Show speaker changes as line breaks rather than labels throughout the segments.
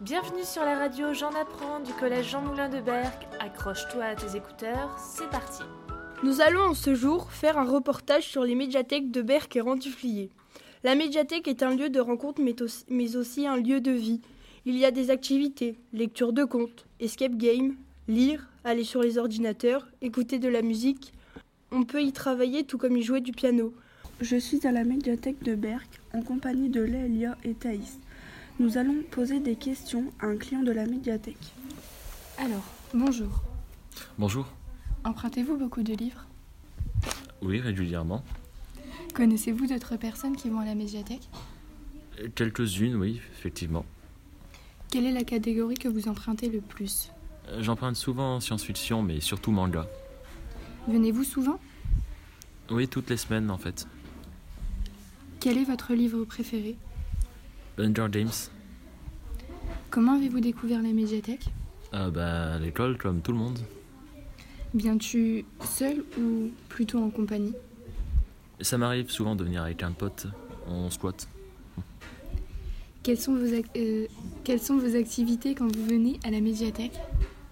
Bienvenue sur la radio J'en apprends du collège Jean Moulin de Berck. Accroche-toi à tes écouteurs, c'est parti.
Nous allons en ce jour faire un reportage sur les médiathèques de Berck et Rentiflier. La médiathèque est un lieu de rencontre mais aussi- mais aussi un lieu de vie. Il y a des activités, lecture de contes, escape game, lire, aller sur les ordinateurs, écouter de la musique. On peut y travailler tout comme y jouer du piano.
Je suis à la médiathèque de Berck en compagnie de Lélia et Thaïs. Nous allons poser des questions à un client de la médiathèque.
Alors, bonjour.
Bonjour.
Empruntez-vous beaucoup de livres
Oui, régulièrement.
Connaissez-vous d'autres personnes qui vont à la médiathèque
Euh, Quelques-unes, oui, effectivement.
Quelle est la catégorie que vous empruntez le plus
Euh, J'emprunte souvent science-fiction, mais surtout manga.
Venez-vous souvent
Oui, toutes les semaines en fait.
Quel est votre livre préféré
Hunger Games.
Comment avez-vous découvert la médiathèque
Ah bah, à l'école, comme tout le monde.
Viens-tu seul ou plutôt en compagnie
Ça m'arrive souvent de venir avec un pote. On squatte.
quelles sont, vos ac- euh, quelles sont vos activités quand vous venez à la médiathèque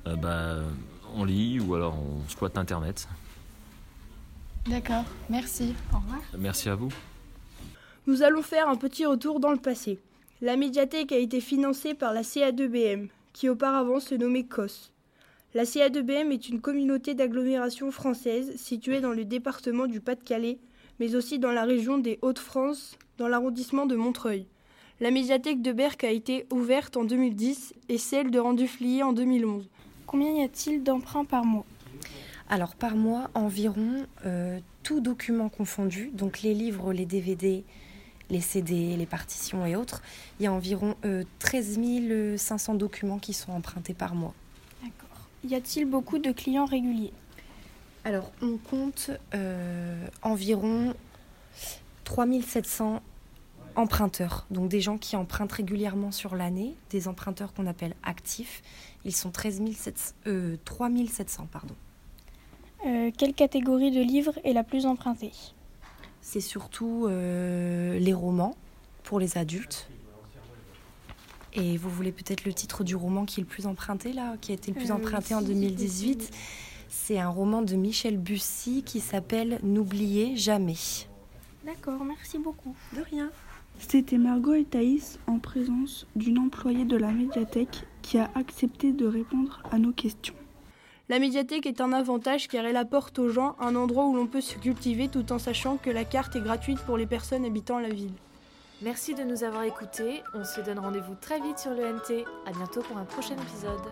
Euh, bah, on lit ou alors on squatte internet.
D'accord, merci. Au revoir.
Merci à vous.
Nous allons faire un petit retour dans le passé. La médiathèque a été financée par la CA2BM, qui auparavant se nommait COS. La CA2BM est une communauté d'agglomération française située dans le département du Pas-de-Calais, mais aussi dans la région des Hauts-de-France, dans l'arrondissement de Montreuil. La médiathèque de Berck a été ouverte en 2010 et celle de Renduflier en 2011.
Combien y a-t-il d'emprunts par mois
Alors par mois environ, euh, tout document confondu, donc les livres, les DVD, les CD, les partitions et autres, il y a environ euh, 13 500 documents qui sont empruntés par mois.
D'accord. Y a-t-il beaucoup de clients réguliers
Alors on compte euh, environ 3700 emprunteurs, donc des gens qui empruntent régulièrement sur l'année, des emprunteurs qu'on appelle actifs, ils sont 13 700, euh, 3700 pardon.
Euh, Quelle catégorie de livres est la plus empruntée
c'est surtout euh, les romans pour les adultes. Et vous voulez peut-être le titre du roman qui est le plus emprunté là, qui a été le plus
Euh,
emprunté en
si,
2018 C'est un roman de Michel Bussy qui s'appelle N'oubliez jamais.
D'accord, merci beaucoup.
De rien.
C'était Margot et Thaïs en présence d'une employée de la médiathèque qui a accepté de répondre à nos questions.
La médiathèque est un avantage car elle apporte aux gens un endroit où l'on peut se cultiver tout en sachant que la carte est gratuite pour les personnes habitant la ville.
Merci de nous avoir écoutés. On se donne rendez-vous très vite sur le NT. À bientôt pour un prochain épisode.